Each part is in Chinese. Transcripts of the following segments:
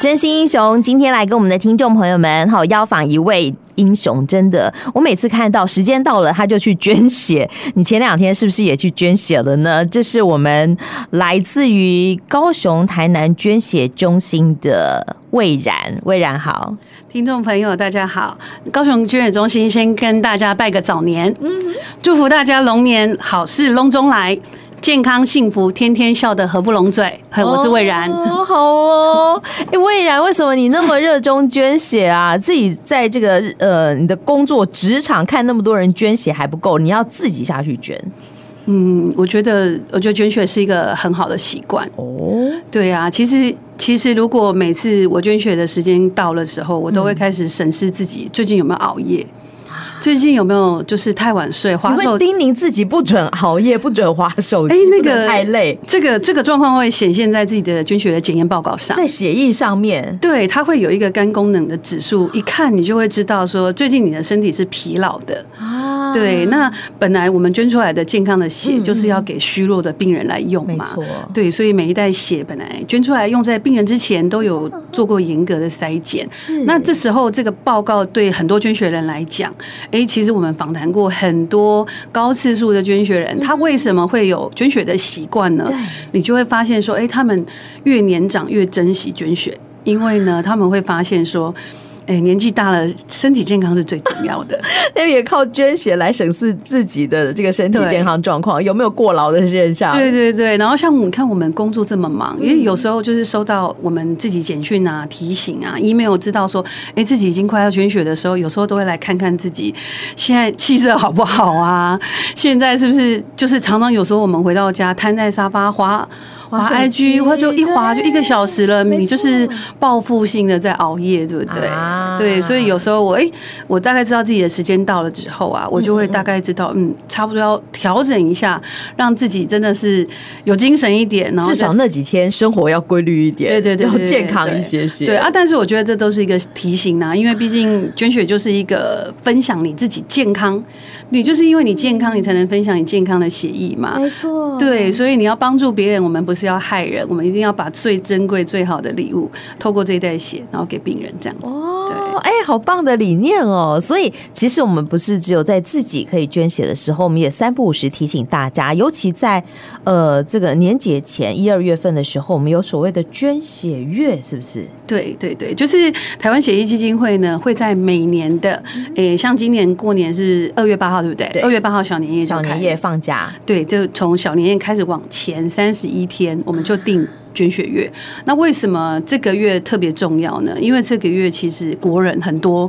真心英雄今天来跟我们的听众朋友们好邀访一位英雄，真的，我每次看到时间到了他就去捐血，你前两天是不是也去捐血了呢？这是我们来自于高雄台南捐血中心的魏然，魏然好，听众朋友，大家好！高雄捐血中心先跟大家拜个早年，嗯祝福大家龙年好事隆中来，健康幸福，天天笑得合不拢嘴。嘿，我是魏然。哦好哦，哎魏然，为什么你那么热衷捐血啊？自己在这个呃你的工作职场看那么多人捐血还不够，你要自己下去捐嗯，我觉得，我觉得捐血是一个很好的习惯。哦。对啊，其实其实如果每次我捐血的时间到的时候，我都会开始审视自己最近有没有熬夜，最近有没有就是太晚睡，你划手会叮咛自己不准熬夜，不准划手机，哎那不能个太累，这个这个状况会显现在自己的捐血的检验报告上。在血液上面。对，它会有一个肝功能的指数，一看你就会知道说最近你的身体是疲劳的。啊，对，那本来我们捐出来的健康的血就是要给虚弱的病人来用嗯没嘛。错，对，所以每一袋血本来捐出来用在病人之前都有做过严格的筛检。是那这时候这个报告对很多捐血人来讲，诶，其实我们访谈过很多高次数的捐血人，他为什么会有捐血的习惯呢嗯对？你就会发现说，诶，他们越年长越珍惜捐血，因为呢，他们会发现说。诶，年纪大了，身体健康是最重要的。 那也靠捐血来审视自己的这个身体对健康状况有没有过劳的现象。对对对，嗯然后像你看，我们工作这么忙，因为有时候就是收到我们自己简讯啊、提醒啊、email，知道说，哎，自己已经快要捐血的时候，有时候都会来看看自己现在气色好不好啊？ 现在是不是就是常常有时候我们回到家，瘫在沙发滑滑滑手机 IG，或者就一滑就一个小时了，对没你就是错报复性的在熬夜，对不对？啊对，所以有时候我哎、我大概知道自己的时间到了之后啊，我就会大概知道，嗯，差不多要调整一下，让自己真的是有精神一点，然后至再少那几天生活要规律一点，对对对，对要健康一些些。对对啊，，但是我觉得这都是一个提醒啊呐、因为毕竟捐血就是一个分享你自己健康，你就是因为你健康，你才能分享你健康的血液嘛。没错，对，所以你要帮助别人，我们不是要害人，我们一定要把最珍贵、最好的礼物，透过这一袋血，然后给病人这样子。哦，哎、好棒的理念哦！所以其实我们不是只有在自己可以捐血的时候，我们也三不五时提醒大家，尤其在呃这个年节前一二月份的时候，我们有所谓的捐血月，是不是？对对对，就是台湾血液基金会呢，会在每年的，诶、像今年过年是二月八号，对不对对？二月八号小年夜就小开年夜放假，对，就从小年夜开始往前三十一天，我们就定捐血月。那为什么这个月特别重要呢？因为这个月其实国人很多，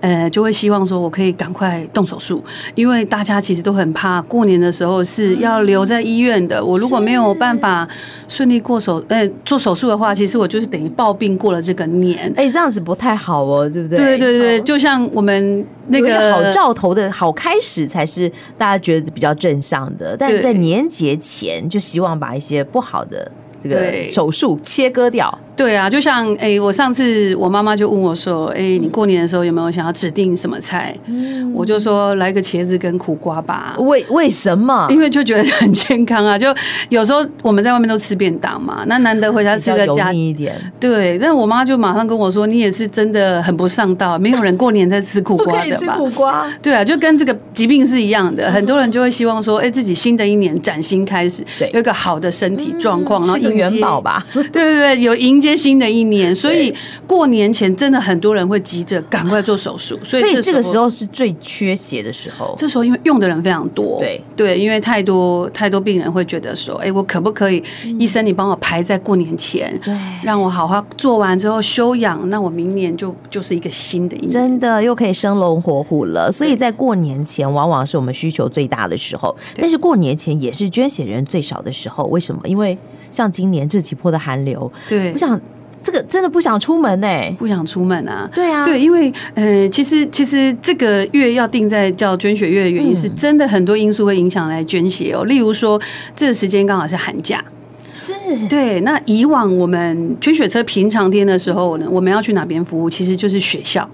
呃，就会希望说我可以赶快动手术，因为大家其实都很怕过年的时候是要留在医院的。我如果没有办法顺利过手，呃，做手术的话，其实我就是等于抱病过了这个年。哎、这样子不太好哦，对不对？对对对，哦就像我们那有一个好兆头的好开始才是大家觉得比较正向的，但对在年节前就希望把一些不好的这个对手术切割掉。对啊，就像诶，我上次我妈妈就问我说：“诶，你过年的时候有没有想要指定什么菜？”嗯我就说来个茄子跟苦瓜吧。为为什么？因为就觉得很健康啊， 就有时候我们在外面都吃便当嘛，那难得回家比吃较个油家，腻一点，对。但我妈就马上跟我说：“你也是真的很不上 道，没有人过年在吃苦不瓜可以的吃吧？”苦嗯瓜。对啊，就跟这个疾病是一样的，很多人就会希望说，哎、自己新的一年崭新开始对，嗯有一个好的身体状况，然后吃个迎元接宝吧 对对对，有迎接新的一年，所以过年前真的很多人会急着赶快做手术，所所以以这个时。候是最缺血的时候。这时候因为用的人非常多，对对，因为太多太多病人会觉得说，哎，我可不可以，医生你帮我排在过年前，对让我好好做完之后休养，那我明年就就是一个新的一年。真的又可以生龙活虎了，所以在过年前往往是我们需求最大的时候，但是过年前也是捐血人最少的时候。为什么？因为像今年这几波的寒流，对我，想这个真的不想出门呢、不想出门啊，对啊，对，因为呃，其实其实这个月要定在叫捐血月的嗯原因，是真的很多因素会影响来捐血哦。例如说，这个时间刚好是寒假，是对。那以啊往我们捐血车平常天的时候呢，我们要去哪边服务？其实就是学校。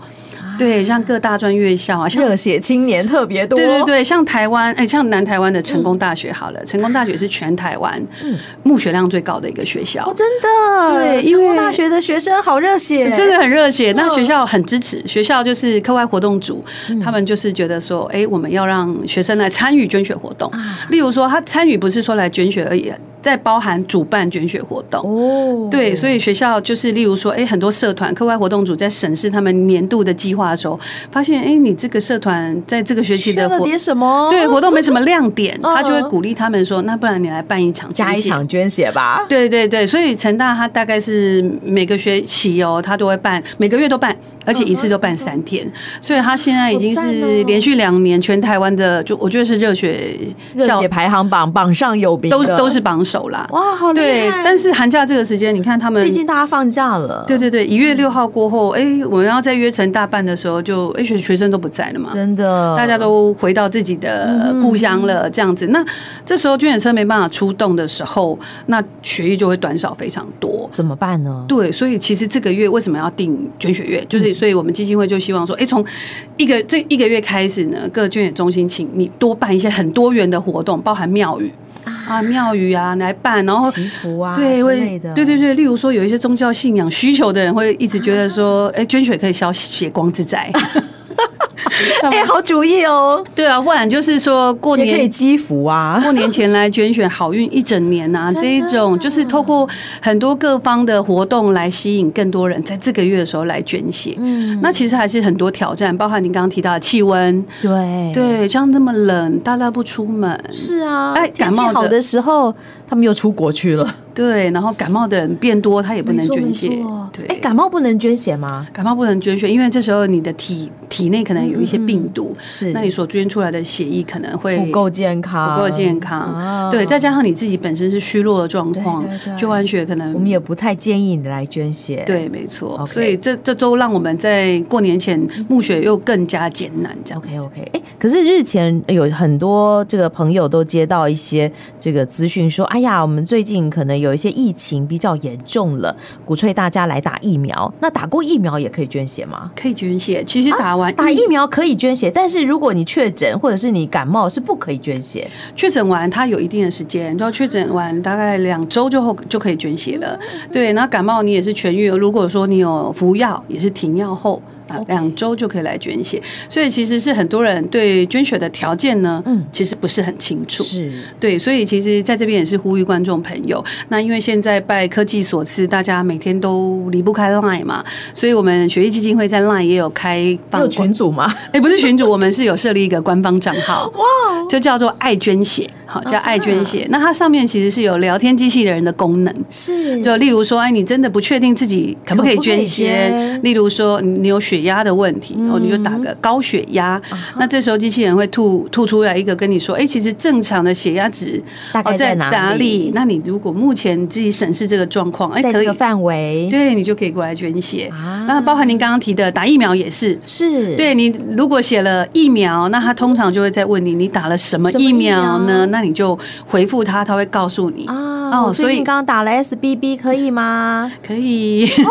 对，让各大专院校啊，像热血青年特别多，对对对，像台湾，哎、像南台湾的成功大学好嗯了，成功大学是全台湾募学量最高的一个学校。哦，真的，对成因功为大学的学生好热血，哎真的很热血，那嗯学校很支持。学校就是课外活动组，他们就是觉得说，哎、我们要让学生来参与捐血活动。啊例如说，他参与不是说来捐血而已，在包含主办捐血活动。哦，对，所以学校就是，例如说，哎，很多社团课外活动组在审视他们年度的计划的时候，发现，哎，你这个社团在这个学期缺的了活点什么？对活动没什么亮点，嗯他就会鼓励他们说，那不然你来办一场加捐一血场捐血吧。对对对，所以成大它大概是每个学期哦，它都会办，每个月都办，而且一次都办三天，哦所以它现在已经好赞哦是连续两年全台湾的，就我觉得是热血热校血排行榜榜上有名的，都都是榜首啦。哇，好厉害！对，但是寒假这个时间，你看他们毕。竟大家放假了，对对对，一月六号过后，哎、我们要在约成大办的时候就，哎学学生都不在了嘛，真的，大家都回到自己的故乡了，这样子。那这时候捐血车没办法出动的时候，那血液就会短少非常多。怎么办呢？对，所以其实这个月为什么要定捐血月？就是，所以我们基金会就希望说，哎、从一个这一个月开始呢，各捐血中心请你多办一些很多元的活动，包含庙宇啊、庙宇啊来办，然后。祈福啊，对，之会类的，对对对，例如说有一些宗教信仰需求的人，会一直觉得说，啊哎、捐血可以消血光 之灾。哎、好主意哦，对啊，不然就是说过也可以年积福啊，过年前来捐选好运一整年呐、啊，真的这一种就是透过很多各方的活动来吸引更多人在这个月的时候来捐血。嗯，那其实还是很多挑战，包含您刚刚提到的气温，对。对，像这么冷，大家不出门，是啊，哎天感气冒的好的时候，他们又出国去了，对，然后感冒的人变多，他也不能捐血没错，对，哎、感冒不能捐血吗？感冒不能捐血，因为这时候你的体体内可能有一些病毒，嗯是，那你所捐出来的血液可能会不够健康，不够健康，啊对，再加上你自己本身是虚弱的状况对对对，捐完血可能我们也不太建议你来捐血。，对，没错， OK 嗯所以这这周让我们在过年前募血又更加艰难，这样子 OK OK，哎、可是日前有很多这个朋友都接到一些这个资讯，说，哎呀，我们最近可能有一些疫情比较严重了，鼓吹大家来打疫苗。那打过疫苗也可以捐血吗？可以捐血。其实打完啊打疫苗可以捐血，但是如果你确诊或者是你感冒是不可以捐血。确诊完，它有一定的时间，然后确诊完大概两周就后就可以捐血了。嗯对，那感冒你也是痊愈了，如果说你有服药，也是停药后。啊，两周就可以来捐血，所以其实是很多人对捐血的条件呢，嗯其实不是很清楚。是，对，所以其实在这边也是呼吁观众朋友。那因为现在拜科技所赐，大家每天都离不开 LINE 嘛，所以我们学艺基金会在 LINE 也有开放有官群组吗？哎、不是群主，我们是有设立一个官方账 号，哇，哦就叫做爱捐血，好叫爱捐血。嗯那它上面其实是有聊天机器人的功能。是就例如说，哎，你真的不确定自己可不可以捐嗯可不可以血捐？例如说，你你有血压的问题，哦，你就嗯打个高血压。啊那这时候机器人会吐吐出来一个跟你说，哎，其实正常的血压值大概哦在在哪哪里里？那你如果目前自己审视这个状况，哎，在可这以个，范围，对你就可以过来捐血啊。那包含您刚刚提的打疫苗也是，是，对你如果写了疫苗，那他通常就会再问你，你打了什么什么疫疫苗苗呢？那你就回复他，他会告诉你。啊。我最近刚打了 SBB，可以 吗？可以哦，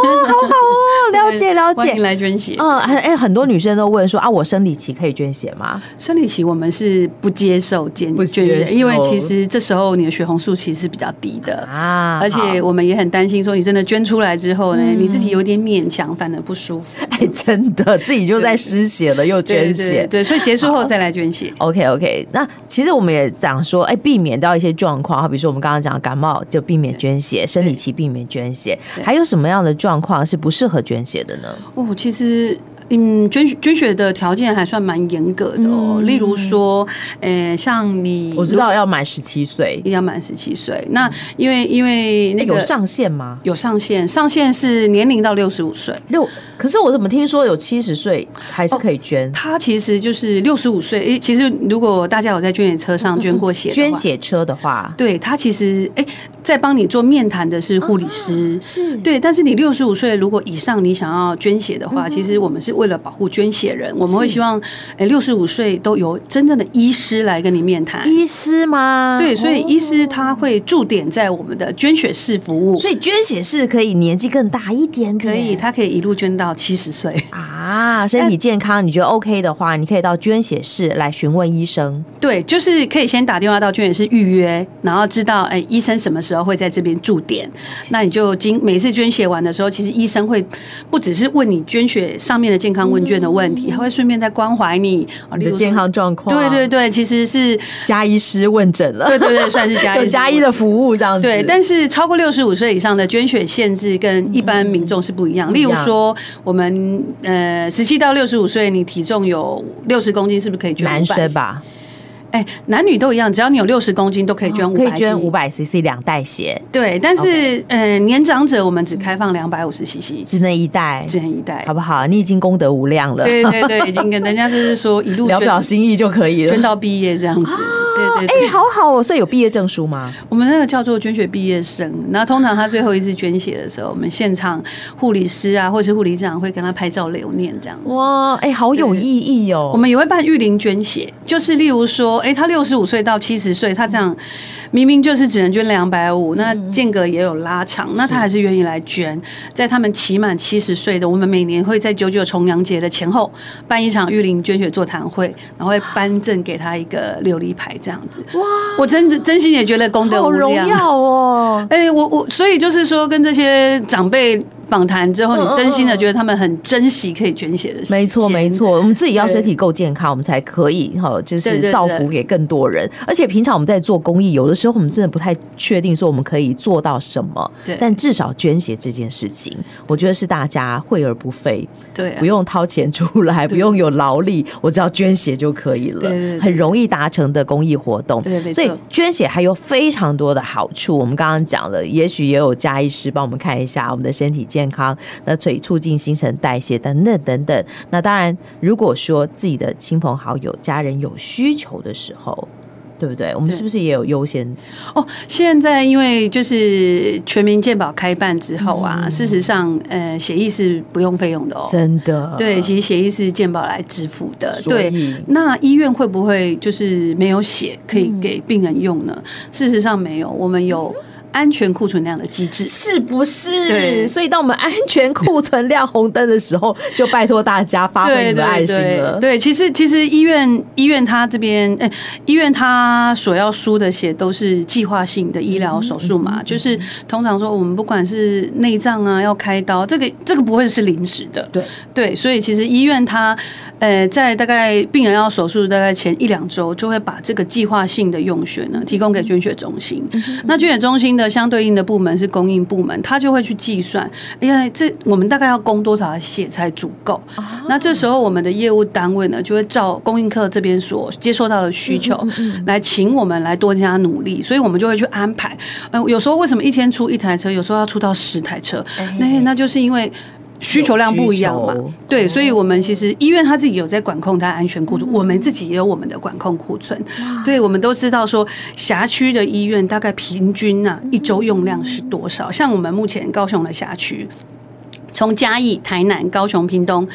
了解了欢迎解。来捐血。嗯，很哎，很多女生都问说啊，我生理期可以捐血吗？生理期我们是不接受捐不接捐血，因为受其实这时候你的血红素其实是比较低的。啊，呃而且我们也很担心，说你真的捐出来之后呢，嗯你自己有点勉强，反而不舒服。哎，真的自己就在失血了，又对捐血。对对，所以结束后再来捐血。 OK OK，那其实我们也讲说，哎，避免到一些状况，好比说我们刚刚讲的感冒就避免捐血，生理期避免捐血，对还有什么样的状况是不适合捐血的呢？哦，其实。嗯，捐捐血的条件还算蛮严格的哦。嗯例如说，呃，像你，我知道要满十七岁一，定要满十七岁。那因为因为那那个有上限吗？有上限，上限是年龄到六十五岁。六？可是我怎么听说有七十岁还是可以捐？哦他其实就是六十五岁。诶，其实如果大家有在捐血车上捐过血的话，嗯捐血车的话，对他其实诶，在帮你做面谈的是护理师。是对，但是你六十五岁如果以上你想要捐血的嗯话，其实我们是为了保护捐血人，我们会希望，诶六十五岁都有真正的医师来跟你面谈。医师吗？对，所以嗯哦医师他会驻点在我们的捐血室服务，所以捐血是可以年纪更大一点点， 可以，他可以一路捐到七十岁。啊，啊，身体健康你觉得 OK 的话，你可以到捐血室来询问医生。对，就是可以先打电话到捐血室预约，然后知道哎医生什么时候会在这边驻点。那你就经每次捐血完的时候，其实医生会不只是问你捐血上面的健康问卷的问题，还会顺便再关怀你啊嗯你例的如说健康状况，对对，对，其 实是加医师问诊了，对对对，算是加 有一加医的服务这样子。对，但是超过六十五岁以上的捐血限制跟一般民众是不一嗯样。例如说，我们呃十七到六十五岁，你体重有六十公斤，是不是可以捐500男生？吧，哎，男女都一样，只要你有六十公斤，都可以捐五哦可百、以捐五。百 CC 两袋血，对，但是呃年长者我们只开放两百五十 CC，只能一袋，只能一袋好。不好？你已经功德无量了，对对对，已经跟人家就是说一路聊捐表心意就可以了捐。到毕业这样子。哎、对对对，好好哦，所以有毕业证书吗？我们那个叫做捐血毕业生，然后通常他最后一次捐血的时候，我们现场护理师啊，或是护理长会跟他拍照留念这样。哇，哎、好有对意义哦。我们也会办育龄捐血，就是例如说，哎、他六十五岁到七十岁，他这样明明就是只能捐两百五，嗯那间隔也有拉长，那他还是愿意来捐。在他们期满七十岁的，我们每年会在九九重阳节的前后办一场育龄捐血座谈会，然后会颁赠给他一个琉璃牌这样子。哇，我真真心也觉得功德好无荣量。耀哦。哎、我我所以就是说，跟这些长辈访谈之后，嗯你真心嗯的嗯觉得他们很珍惜可以捐血的时间。没错，没错，我们自己要对身体够健康，我们才可以哈，就对对是对造福给更多人。而且平常我们在做公益，有的时候我们真的不太确定说我们可以做到什么，对但至少捐血这件事情，我觉得是大家惠而不费，对啊、不用掏钱出来，不用有劳力，我只要捐血就可以了，对对对很容易达成的公益活动。对没错所以捐血还有非常多的好处。我们刚刚讲了，也许也有加医师帮我们看一下我们的身体健康，那所以促进新陈代谢等等等等。那当然，如果说自己的亲朋好友、家人有需求的时候。对不对？我们对是不是也有优先？哦，现在因为就是全民健保开办之后啊，事实上，呃，协议是不用费用的哦。嗯真的对，其实协议是健保来支付的。所对，以那医院会不会就是没有血可嗯以给病人用呢？事实上没有，我们有安全库存量的机制。是不是？ 对所以当我们安全库存亮红灯的时候，就拜托大家发挥你的爱心了。对，其实其实医院医院它这边，哎、医院它所要输的血都是计划性的医嗯疗手术嘛，就是通常说我们不管是内脏啊要开刀，这个这个不会是临时的，对对，所以其实医院它，呃，在大概病人要手术大概前一两周，就会把这个计划性的用血呢提供给捐血中心。那捐血中心的相对应的部门是供应部门，他就会去计算，哎呀，这我们大概要供多少的血才足够？那这时候我们的业务单位呢，就会照供应客这边所接收到的需求，来请我们来多加努力，所以我们就会去安排。呃，有时候为什么一天出一台车，有时候要出到十台车？那那就是因为。需求量不一样嘛有需求，哦对，所以我们其实医院他自己有在管控他安全嗯库存，我们自己也有我们的管控库存，对，我们都知道说辖区的医院大概平均啊嗯一周用量是多少，像我们目前高雄的辖区。从嘉义、台南、高雄、屏东，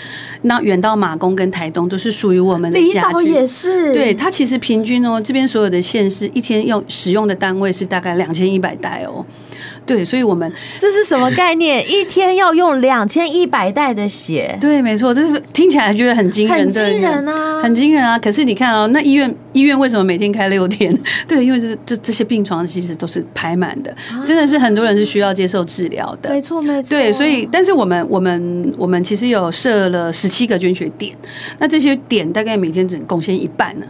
那远到马公跟台东，都是属于我们的离辖岛区。也是，对，它其实平均哦，这边所有的县市一天用使用的单位是大概两千一百袋哦。对，所以我们这是什么概 念？一天要用两千一百袋的血，对，没错，这是听起来觉得很惊人很的，惊人啊！很惊人啊！可是你看哦，那医院医院为什么每天开六天？ 对，因为这这这些病床其实都是排满的，真的是很多人是需要接受治疗的啊没。错，没错。对，所以但是我们我们我们其实有设了十七个捐血点，那这些点大概每天只能贡献一半呢。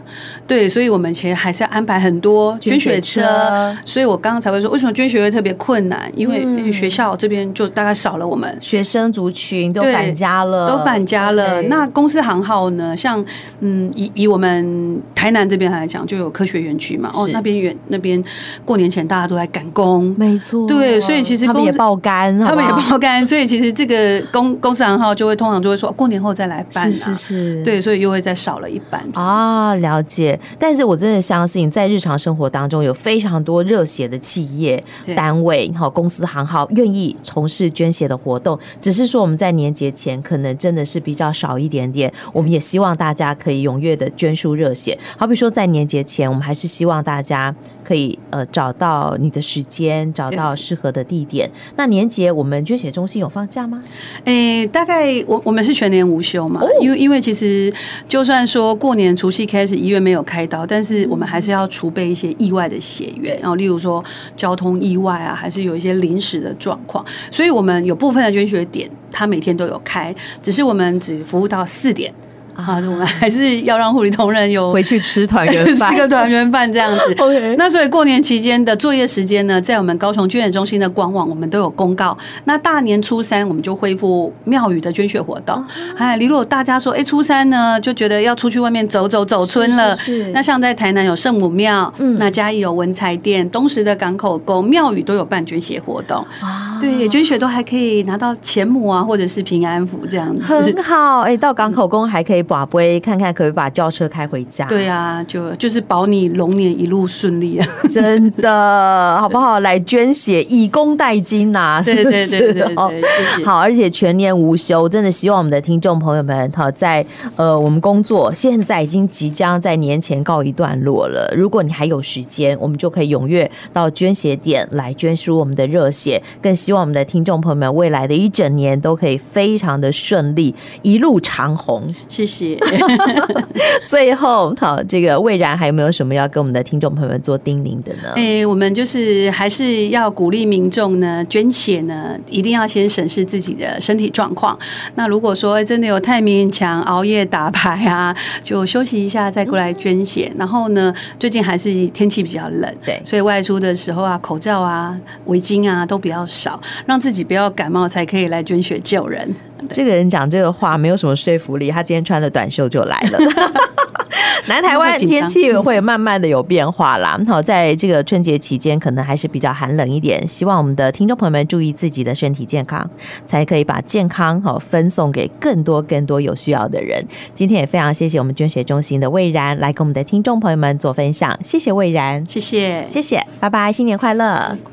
对，所以我们其实还是要安排很多捐血车，捐血车所以我刚刚才会说为什么捐血会特别困难，因为嗯因为学校这边就大概少了我们学生族群都对返家了，都返家嗯了。对那公司行号呢？像嗯，以以我们台南这边来讲，就有科学园区嘛。哦是，那边园那边过年前大家都在赶工，没错，对所以其实他们也公司爆肝，他们也好不啊好爆肝，所以其实这个公公司行号就会通常就会说哦过年后再来办、啊，是是是，。对，所以又会再少了一半。啊，了解。但是我真的相信，在日常生活当中，有非常多热血的企业对单位，民哈公司行号愿意从事捐血的活动，只是说我们在年节前可能真的是比较少一点点。我们也希望大家可以踊跃的捐输热血，好比说在年节前，我们还是希望大家可以呃找到你的时间，找到适合的地点。那年节我们捐血中心有放假吗？诶、大概我我们是全年无休哦嘛，因为因为其实就算说过年除夕开始医院没有开刀，但是我们还是要储备一些意外的血源，然后例如说交通意外啊，还是有一些临时的状况，所以我们有部分的捐血点，它每天都有开，只是我们只服务到四点。啊，我们还是要让护理同仁有回 去吃团圆饭。四。个团圆饭这样子 OK 那所以过年期间的作业时间呢，在我们高雄捐血中心的官网，我们都有公告。那大年初三我们就恢复庙宇的捐血活哦动。哎，如果大家说，哎、初三呢就觉得要出去外面走走走村了，是是那像在台南有圣母庙，嗯那嘉义有文财殿，东石的港口宫庙宇都有办捐血活动。啊对，捐血都还可以拿到钱母啊，或者是平安符这 样子。很好，哎、到港口宫还可以把杯，看看可不可以把轿车开回家。对啊，就就是保你龙年一路顺 利啊。真的，好不好？来捐血，以工代金呐、是 对不对是？对对哦对，谢谢。好，而且全年无休，真的希望我们的听众朋友们哈，在呃我们工作现在已经即将在年前告一段落了。如果你还有时间，我们就可以踊跃到捐血点来捐输我们的热血。更希望我们的听众朋友们未来的一整年都可以非常的顺利，一路长虹。谢谢。最后，好，这个魏然还有没有什么要跟我们的听众朋友们做叮咛的呢？诶、哎我们就是还是要鼓励民众呢，捐血呢，一定要先审视自己的身体状况。那如果说诶哎真的有太勉强，熬夜打牌啊，就休息一下再过来捐血。然后呢，最近还是天气比较冷，对所以外出的时候啊，口罩啊、围巾啊都比较少，让自己不要感冒，才可以来捐血救人。这个人讲这个话没有什么说服力，他今天穿了短袖就来 了。南台湾天气会慢慢的有变化啦，好，在这个春节期间可能还是比较寒冷一点，希望我们的听众朋友们注意自己的身体健康，才可以把健康好分送给更多更多有需要的人。今天也非常谢谢我们捐血中心的魏然来跟我们的听众朋友们做分享，谢谢魏然，谢谢，谢谢，拜拜，新年快乐。快